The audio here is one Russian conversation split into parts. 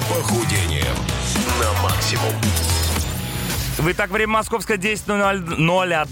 Похудением на максимум. Итак, время московское 10.01,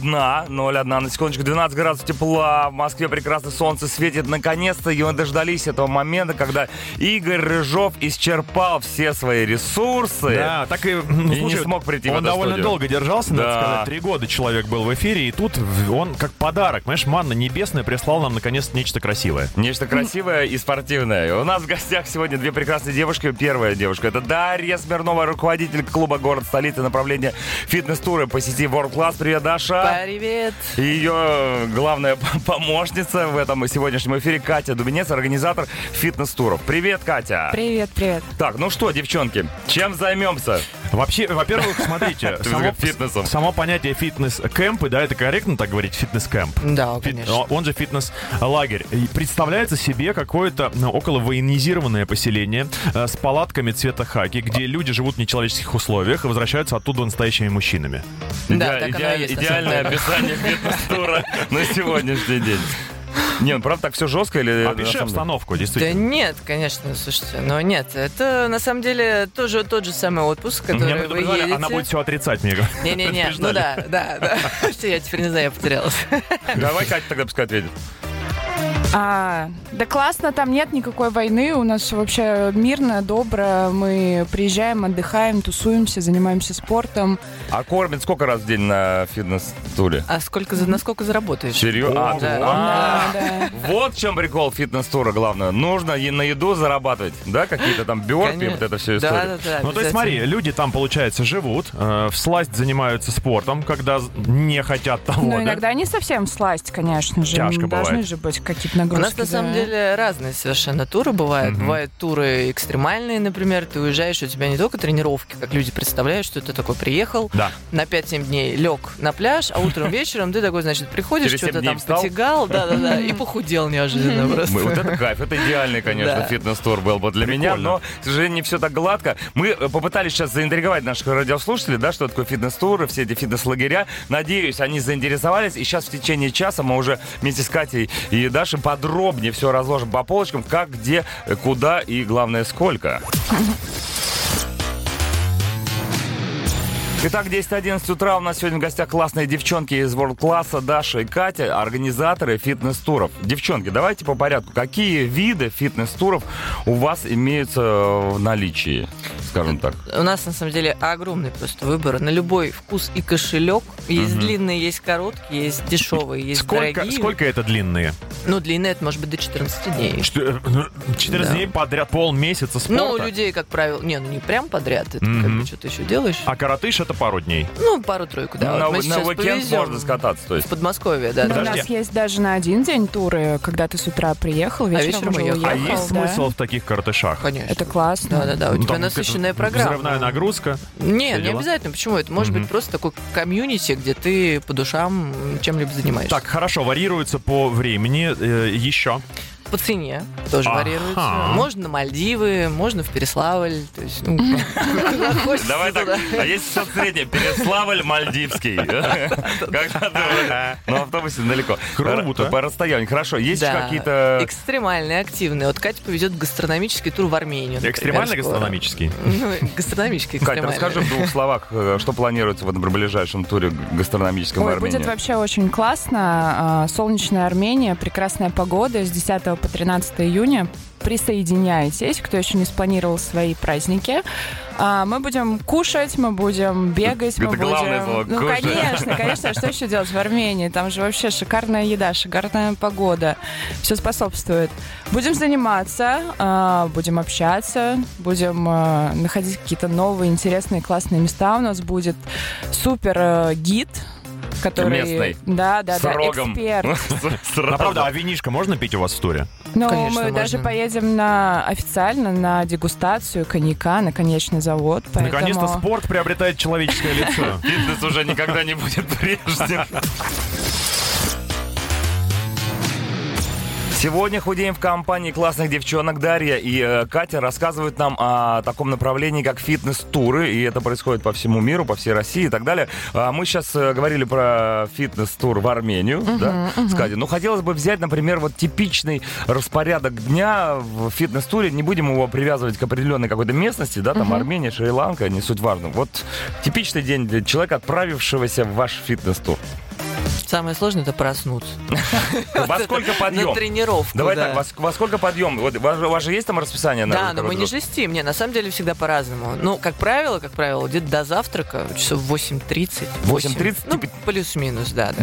01, на секундочку, 12 градусов тепла, в Москве прекрасно солнце светит, наконец-то, и мы дождались этого момента, когда Игорь Рыжов исчерпал все свои ресурсы. Да, так и, ну, И не смог прийти в Он эту довольно студию. долго держался, надо Да. сказать. Три года человек был в эфире, и тут в- он как подарок, понимаешь, манна небесная прислал нам наконец нечто красивое. Нечто красивое и спортивное. У нас в гостях сегодня две прекрасные девушки. Первая девушка это Дарья Смирнова, руководитель клуба город столицы направления фитнес-туры по сети World Class. Привет, Даша. Привет. И Ее главная п- помощница в этом сегодняшнем эфире Катя Дубинец, организатор фитнес-туров. Привет, Катя. Привет, привет. Так, ну что, девчонки, чем займемся? Вообще, во-первых, смотрите, Ты само, как фитнесом. само понятие фитнес-кэмпы, да, это корректно так говорить, фитнес-кэмп. Да, Фит- конечно. Он же фитнес-лагерь. И Представляется себе какое-то ну, около военизированное поселение э, с палатками цвета хаки, где люди живут в нечеловеческих условиях и возвращаются оттуда настоящими мужчинами. Да, так оно и есть, на самом идеальное деле. описание фитнес-тура на сегодняшний день. Не, ну правда так все жестко или... на самом Опиши деле? обстановку, Да действительно. нет, конечно, слушайте, но нет, это на самом деле тоже тот же самый отпуск, Меня который вы предупреждали, едете. она будет все отрицать, мне говорят. Не-не-не, ну да, да, да. Что, я теперь не знаю, я потерялась. Давай Катя тогда пускай ответит. А, да классно, там нет никакой войны, у нас всё вообще мирно, добро, мы приезжаем, отдыхаем, тусуемся, занимаемся спортом. А кормит сколько раз в день на фитнес-туре? А сколько, за- насколько заработаешь? Серьезно? да. Да, а, Вот в чем прикол фитнес-тура главное. Нужно и на еду зарабатывать, да, какие-то там бёрпи, Конечно. вот это все Да, история. да, да. Ну, то есть, обязательно. смотри, люди там, получается, живут, э, всласть занимаются спортом, когда з- не хотят того, Ну, Но да? иногда не совсем сласть, конечно же. Тяжко Должны бывает. же быть какие-то У нагрузки. нас на самом да. деле разные совершенно туры бывают. Бывают туры экстремальные, например, ты уезжаешь, у тебя не только тренировки, как люди представляют, что ты такой приехал, Да. на 5-7 дней лег на пляж, а утром вечером ты такой, значит, приходишь, Через семь что-то дней там встал? потягал, да-да-да, и похудел неожиданно Мы- вот просто. это кайф, это идеальный, конечно, Да. фитнес-тур был бы для меня, Прикольно. но, к сожалению, не все так гладко. Мы э, попытались сейчас заинтриговать наших радиослушателей, да, что такое фитнес-туры, все эти фитнес-лагеря. Надеюсь, они заинтересовались, и сейчас в течение часа мы уже вместе с Катей и Дашей подробнее все разложим по полочкам, как, где, э, куда и, главное, сколько. Итак, 10-11 утра у нас сегодня в гостях классные девчонки из World класса Даша и Катя, организаторы фитнес-туров. Девчонки, давайте по порядку. Какие виды фитнес-туров у вас имеются в наличии, скажем так? У нас, на самом деле, огромный просто выбор на любой вкус и кошелек. Есть длинные, есть короткие, есть дешевые, есть Сколько, дорогие. сколько это длинные? Ну, длинные, это может быть до 14 дней. 14 Да. дней подряд, полмесяца спорта. Ну, у людей, как правило, не, ну не прям подряд, это Мгм. как бы что-то еще делаешь. А коротыш это пару дней. Ну, пару-тройку, да. на Вот мы на сейчас уикенд повезем можно скататься, то есть. В Подмосковье, да. Но да. Ну, у нас Подожди. есть даже на один день туры, когда ты с утра приехал, вечером, вечером уже уехал. уехал. а есть да. смысл в таких коротышах? Конечно. Это классно. Да, да, да. У Ну, тебя там какая-то насыщенная программа. Взрывная нагрузка. Не, Все не дела. обязательно. Почему? Это может Мгм. быть просто такой комьюнити, где ты по душам чем-либо занимаешься. Так, хорошо, варьируется по времени. э, еще. По цене тоже Ага. варьируется. Можно на Мальдивы, можно в Переславль. То есть, ну, куда хочется Давай так, туда. а если все среднее, Переславль Мальдивский. Когда ты на Ну, автобусе далеко. Круто. По расстоянию, хорошо. Есть Да. какие-то... Экстремальные, активные. Вот Катя поведет гастрономический тур в Армению. например, Экстремально скоро. гастрономический. Ну, гастрономический, Катя, экстремальный. расскажи в двух словах, э, что планируется в этом ближайшем туре гастрономическом в Ой, Армении. будет вообще очень классно. А, Солнечная Армения, прекрасная погода с 10 по 13 июня. Присоединяйтесь, кто еще не спланировал свои праздники. А, Мы будем кушать, мы будем бегать, мы Это главное будем... слово, ну, кушать. конечно, конечно. А Что еще делать в Армении? Там же вообще шикарная еда, шикарная погода. Все способствует. Будем заниматься, а, будем общаться, будем а, находить какие-то новые, интересные, классные места. У нас будет супер э, гид, который... Местный. Да, да, С да, рогом. эксперт. А Сразу. правда, а винишко можно пить у вас в туре? Но Конечно, мы можно. даже поедем на официально на дегустацию коньяка на конечный завод. Поэтому... Наконец-то спорт приобретает человеческое лицо. Фитнес уже никогда не будет прежним. Сегодня худеем в компании классных девчонок Дарья и э, Катя рассказывают нам о таком направлении, как фитнес-туры, и это происходит по всему миру, по всей России и так далее. А мы сейчас э, говорили про фитнес-тур в Армению, да, с Катей. Ну, хотелось бы взять, например, вот типичный распорядок дня в фитнес-туре, не будем его привязывать к определенной какой-то местности, да, там Армения, Шри-Ланка, не суть важно. Вот типичный день для человека, отправившегося в ваш фитнес-тур. Самое сложное это проснуться. Во Вот сколько это подъем? На тренировку. Давай да. так, во, ск- во сколько подъем? Вот, у, вас, же- у вас же есть там расписание на Да, но мы не жить. жестим. Не, на самом деле всегда по-разному. Ну, как правило, как правило, где-то до завтрака, часов 8.30. 8:30, Ну, типа- плюс-минус, да. да.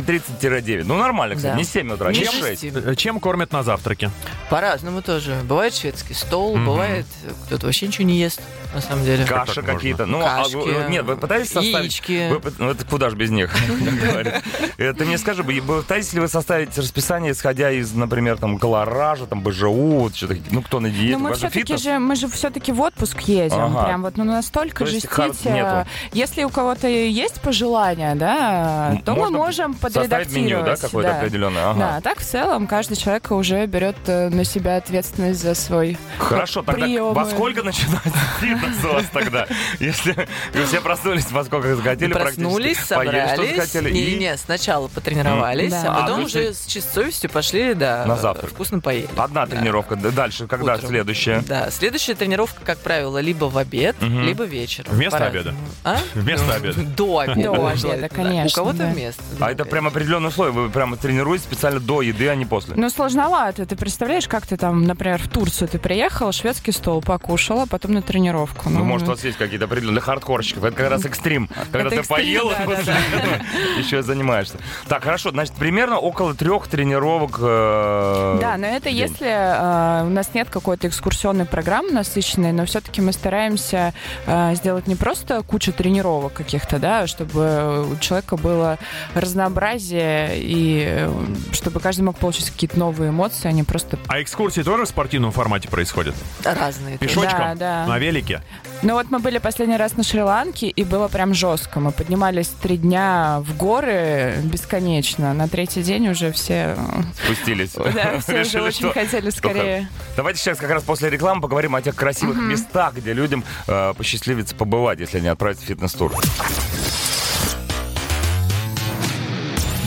8.30-9. Ну, нормально, кстати, Да. не 7 утра, не Не 6. жестим. Э, Чем кормят на завтраке? По-разному тоже. Бывает шведский стол, бывает э, кто-то вообще ничего не ест, на самом деле. Как Каши так можно? какие-то. Ну, а вы- Кашки, нет, вы пытались составить... яички. Вы, пы- ну, это куда же без них? как говорится. Э, Ты мне скажи, вы вы пытаетесь ли вы составить расписание, исходя из, например, там, колоража, там, БЖУ, вот что-то, ну, кто на диете, Ну, мы у вас же все-таки фитнес? же, мы же все-таки в отпуск едем. Ага. Прям вот, ну, настолько То есть жестить. хард э, нету. Если у кого-то есть пожелания, да, М- то можно мы можем Составить подредактировать. меню, да, какое-то да. определенное? Ага. Да, а так в целом каждый человек уже берет э, на себя ответственность за свой. Хорошо, тогда Приёмы. во сколько начинать фитнес у вас тогда? Если вы все проснулись, во сколько захотели Проснулись, практически, поели, что собрались. захотели, не, и- не, сначала потренировались, М. а Да. потом А, уже с чистой совестью пошли, да, На завтрак. А вкусно поели. Одна тренировка, Д- дальше, когда Утром. следующая? Да, следующая тренировка, как правило, либо в обед, либо вечером. Вместо По-разному. обеда? А? Вместо Ну, обеда. До обеда. До желательно, обеда, да. У конечно, кого-то да. вместо. А это прям определенное условие, вы прямо тренируетесь специально до еды, а не после. Ну, сложновато. Ты представляешь, как ты там, например, в Турцию ты приехала, шведский стол покушала, потом на тренировку. Ну, может, у вас есть какие-то определенные для хардкорщиков. Это как раз экстрим. Когда ты экстрим, поел, да, после этого еще и занимаешься. Так, хорошо, значит, примерно около трех тренировок. э, Да, но это в день. если э, у нас нет какой-то экскурсионной программы насыщенной, но все-таки мы стараемся э, сделать не просто кучу тренировок каких-то, да, а чтобы у человека было разнообразие и э, чтобы каждый мог получить какие-то новые эмоции, а не просто... А экскурсии тоже в спортивном формате происходят? Разные. тоже. Пешочком? Да, да. На велике? Ну вот мы были последний раз на Шри-Ланке, и было прям жестко. Мы поднимались три дня в горы бесконечно. На третий день уже все... Спустились. Да, все уже Решили, очень что хотели скорее... Давайте сейчас как раз после рекламы поговорим о тех красивых местах, где людям э, посчастливится побывать, если они отправятся в фитнес-тур.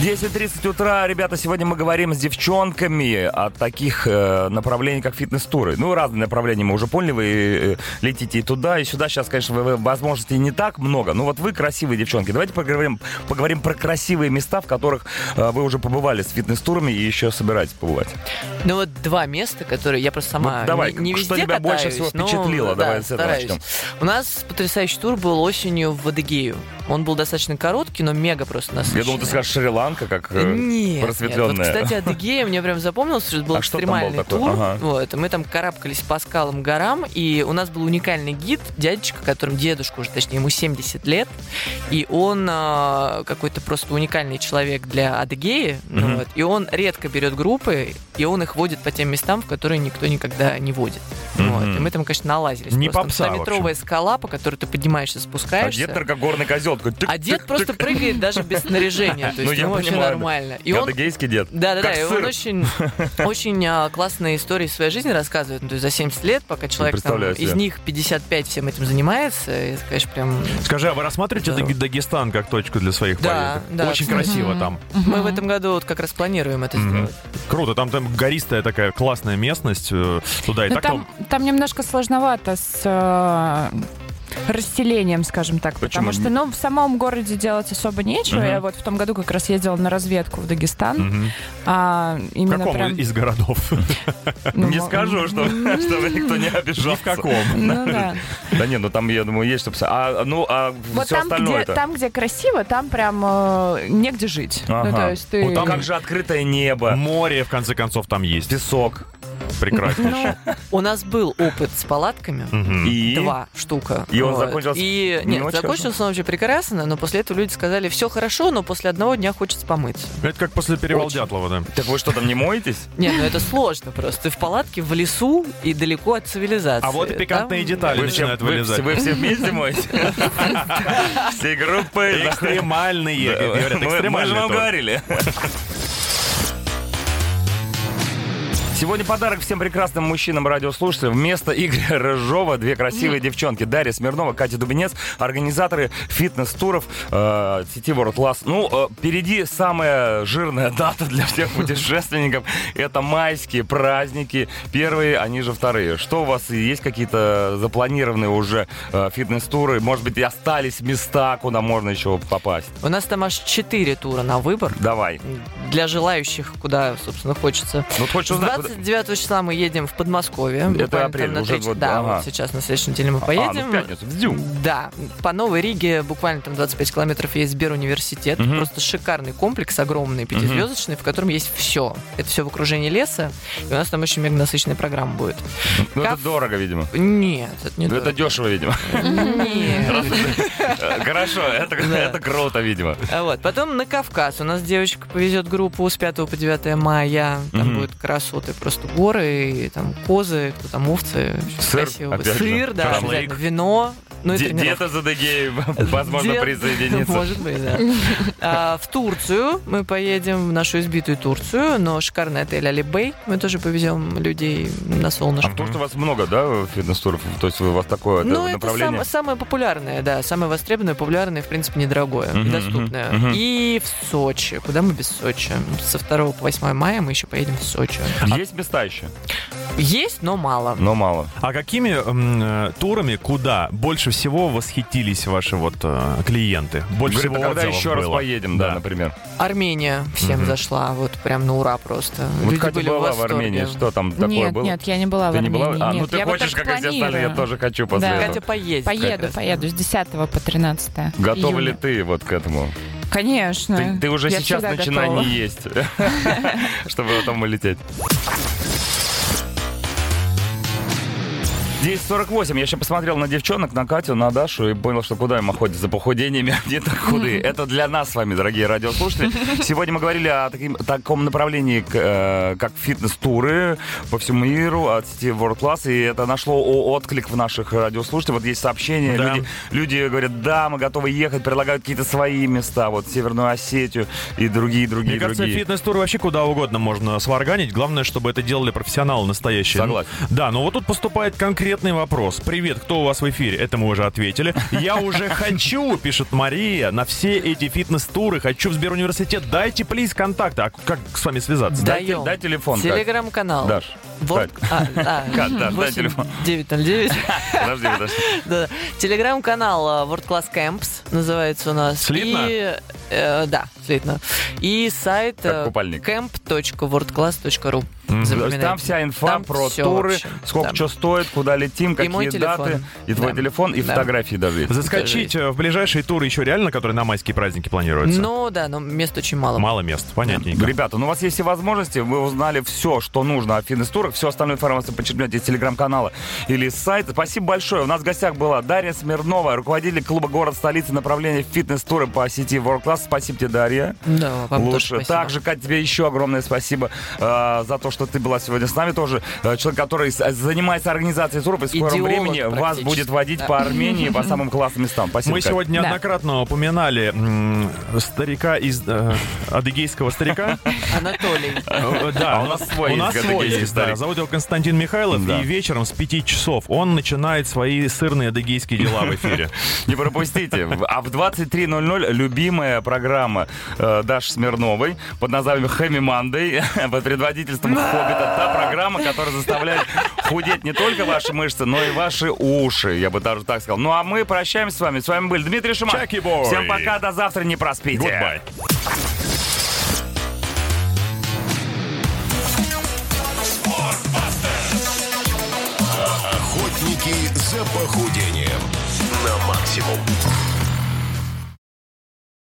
10.30 утра, ребята, сегодня мы говорим с девчонками о таких э, направлениях, как фитнес-туры. Ну, разные направления мы уже поняли, вы э, летите и туда, и сюда. Сейчас, конечно, вы- вы- возможностей не так много, но вот вы красивые девчонки. Давайте поговорим, поговорим про красивые места, в которых э, вы уже побывали с фитнес-турами и еще собираетесь побывать. Ну вот два места, которые я просто сама Ну, давай, не, не что везде тебя больше катаюсь, всего но, впечатлило? да, Давай с этого стараюсь. начнем. У нас потрясающий тур был осенью в Адыгею. Он был достаточно короткий, но мега просто насыщенный. Я думал, ты скажешь Шри-Ланка, как э, Нет, просветленная. нет. Вот, кстати, Адыгея мне прям запомнилось, что это был А что там был экстремальный такое? тур. Ага. Вот, и мы там карабкались по скалам, горам, и у нас был уникальный гид, дядечка, которым дедушка уже, точнее, ему 70 лет, и он а, какой-то просто уникальный человек для Адыгеи, ну Мгм. вот, и он редко берет группы, и он их водит по тем местам, в которые никто никогда не водит. Мгм. Вот, и мы там, конечно, налазились. Не просто. попса, в общем. метровая скала, по которой ты поднимаешься, а спускаешься. дед только горный козел. такой тык, А дед тык, просто тык. прыгает даже без снаряжения. То Ну, есть я ему вообще понимаю, да. нормально. И он Адыгейский дед. да, да, Как да. И сыр. он очень, очень а, классные истории из своей жизни рассказывает. Ну, то есть за 70 лет, пока человек там, представляю из себе. них 55 всем этим занимается, и это, конечно, прям. Скажи, а вы рассматриваете Здорово. Даг- Дагестан как точку для своих Да, поездок? да, Очень кстати. красиво там. Мы в этом году вот как раз планируем это Мгм. сделать. Круто, там, там гористая такая классная местность. э, Туда и Ну, так там, там немножко сложновато с э, расселением, скажем так, Почему? потому что, ну, в самом городе делать особо нечего. Я вот в том году как раз ездила на разведку в Дагестан, Мгм. а В именно каком прям, из городов? ну, Не мо- скажу, что, чтобы никто не обижался. в каком. Ну да. Да не, ну там, я думаю, есть что писать. А, ну, а Вот все там где, остальное это. там, где красиво, там прям э, негде жить. Ага. Ну, то есть ты... Ну, там как же открытое небо, Море, в конце концов, там есть. песок Прекрасно. У нас был опыт с палатками. Мгм. и... Два штука. И он Вот. закончился И не нет, очень закончился он вообще прекрасно, но после этого люди сказали, все хорошо, но после одного дня хочется помыться. Это как после перевала Очень. Дятлова, да. Так вы что, там не моетесь? Не, ну это сложно просто. Ты в палатке в лесу и далеко от цивилизации. А вот и пикантные детали Вы все, начинают вы, вылезать. вы все вместе моетесь? Все группы. Экстремальные, Да. говорят, Мы- Мы же экстремальные вам тоже. говорили. Сегодня подарок всем прекрасным мужчинам-радиослушателям. Вместо Игоря Рыжова две красивые девчонки. Дарья Смирнова, Катя Дубинец, организаторы фитнес-туров э, сети World Class. Ну, э, впереди самая жирная дата для всех путешественников. Это майские праздники. Первые, они же вторые. Что у вас есть какие-то запланированные уже э, фитнес-туры? Может быть, и остались места, куда можно еще попасть? У нас там аж 4 тура на выбор. Давай. Для желающих, куда, собственно, хочется. Ну, вот хочешь С узнать, куда- 29 числа мы едем в Подмосковье. Это Буквально апрель, там на уже три- вот, Да, ага. вот сейчас на следующей неделе мы А, ну, в поедем. пятницу, в дню. Да, по Новой Риге буквально там 25 километров есть Сберуниверситет. Мгм. Просто шикарный комплекс, огромный, пятизвездочный, в котором есть все. Это все в окружении леса, и у нас там очень мега насыщенная программа будет. Ну, это Каф- дорого, видимо. Нет, это не Ну, Это дорого. дешево, видимо. Нет. Э, Хорошо, это, Да. это круто, видимо. А Вот. Потом на Кавказ. У нас девочка повезет группу с 5 по 9 мая. Там Мгм. будут красоты, просто горы, и там козы, кто там овцы. Очень Сыр, красиво будет. опять же. Сыр, да, Шашлык. обязательно. Вино. Ну и Де- тренировка. Где-то за Адыгеей, возможно, Дед- присоединиться. Может быть, да. А, в Турцию мы поедем, в нашу избитую Турцию, но шикарный отель Алибей. Мы тоже повезем людей на А солнышко. в Турции у вас много, да, фитнес-туров? То есть у вас такое да, Ну, это направление? сам- самое популярное, да, самое востребованное, популярное, в принципе, недорогое, Мгм, доступное. мгм, мгм. И в Сочи. Куда мы без Сочи? Со 2 по 8 мая мы еще поедем в Сочи. Есть места еще, Есть, но мало. но мало. А какими м, э, турами, куда больше всего восхитились ваши вот э, клиенты? Говорит, Больше а всего когда отзывов еще раз было? поедем, да, Да. например. Армения всем зашла, вот прям на ура просто. Вот Люди Катя были была в в восторге. Армении, что там такое Нет, было? нет, я не была в Ты не Армении. была? А, ну нет. ты Я вот хочешь, только как и все остальные, я планирую. тоже хочу после Да. этого. Катя поедет. как Поеду, раз. поеду с 10 по 13. Готова июня. ли ты вот к этому? Конечно. Ты, ты уже А? Я сейчас всегда начинай готова. не есть, чтобы потом улететь. 10.48. Я еще посмотрел на девчонок, на Катю, на Дашу и понял, что куда им охотить за похудениями, они так худые. Это для нас с вами, дорогие радиослушатели. Сегодня мы говорили о таким- таком направлении, к, э, как фитнес-туры по всему миру от сети World Class, и это нашло о- отклик в наших радиослушателей. Вот есть сообщения, Да. люди, люди говорят, да, мы готовы ехать, предлагают какие-то свои места, вот Северную Осетию и другие, другие, Мне кажется, другие. фитнес-тур вообще куда угодно можно сварганить. Главное, чтобы это делали профессионалы настоящие. Согласен. Да, но вот тут поступает конкретный вопрос. Привет, кто у вас в эфире? Это мы уже ответили. Я уже хочу, пишет Мария, на все эти фитнес-туры. Хочу в Сберуниверситет. Дайте, плиз, контакты. А как с вами связаться? Дай, Даем. те- дай телефон, Кать. Телеграм-канал. Даш, Вот. А, а, Кать, Даш, дай 8 телефон. 909. Подожди, подожди. Да. Телеграм-канал э, World Class Camps называется у нас. Слитно? И, э, да, слитно. И сайт Как э, купальник. camp.worldclass.ru. То есть Запоминайте. там вся инфа Там про всё туры, вообще, сколько да. что стоит, куда летим, какие мой телефон. даты, и твой Да. телефон, и Да. фотографии даже есть. Заскочить э, в ближайшие туры еще реально, которые на майские праздники планируются? Ну да, но мест очень мало. Мало мест, понятненько. Ребята, ну у вас есть все возможности, вы узнали все, что нужно о фитнес-турах, всю остальную информацию подчеркнете из телеграм-канала или с сайта. Спасибо большое. У нас в гостях была Дарья Смирнова, руководитель клуба «Город-столица» направления фитнес-туры по сети World Class. Спасибо тебе, Дарья. Да, вам тоже Лучше. спасибо. Также, Катя, тебе еще огромное спасибо э, за то, что ты была сегодня с нами тоже. Э, человек, который с- занимается организацией туров, и в скором Идеолог времени вас практически, будет водить да. по Армении по самым классным местам. Спасибо, Мы Катя. сегодня Да. неоднократно упоминали м, старика из э, адыгейского старика. Анатолий. Э, Да, А у нас свой у есть нас адыгейский свой есть, да. старик. Зовут его Константин Михайлов, Да. и вечером с 5 часов он начинает свои сырные адыгейские дела в эфире. Не пропустите. В- А в 23.00 любимая программа э, Даши Смирновой под названием «Хэми Мандей» под предводительством Хоббита. Та программа, которая заставляет худеть не только ваши мышцы, но и ваши уши, я бы даже так сказал. Ну а мы прощаемся с вами. С вами был Дмитрий Шиман. Чаки-бой. Всем пока, до завтра, не проспите. Goodbye. Охотники за похудением на максимум.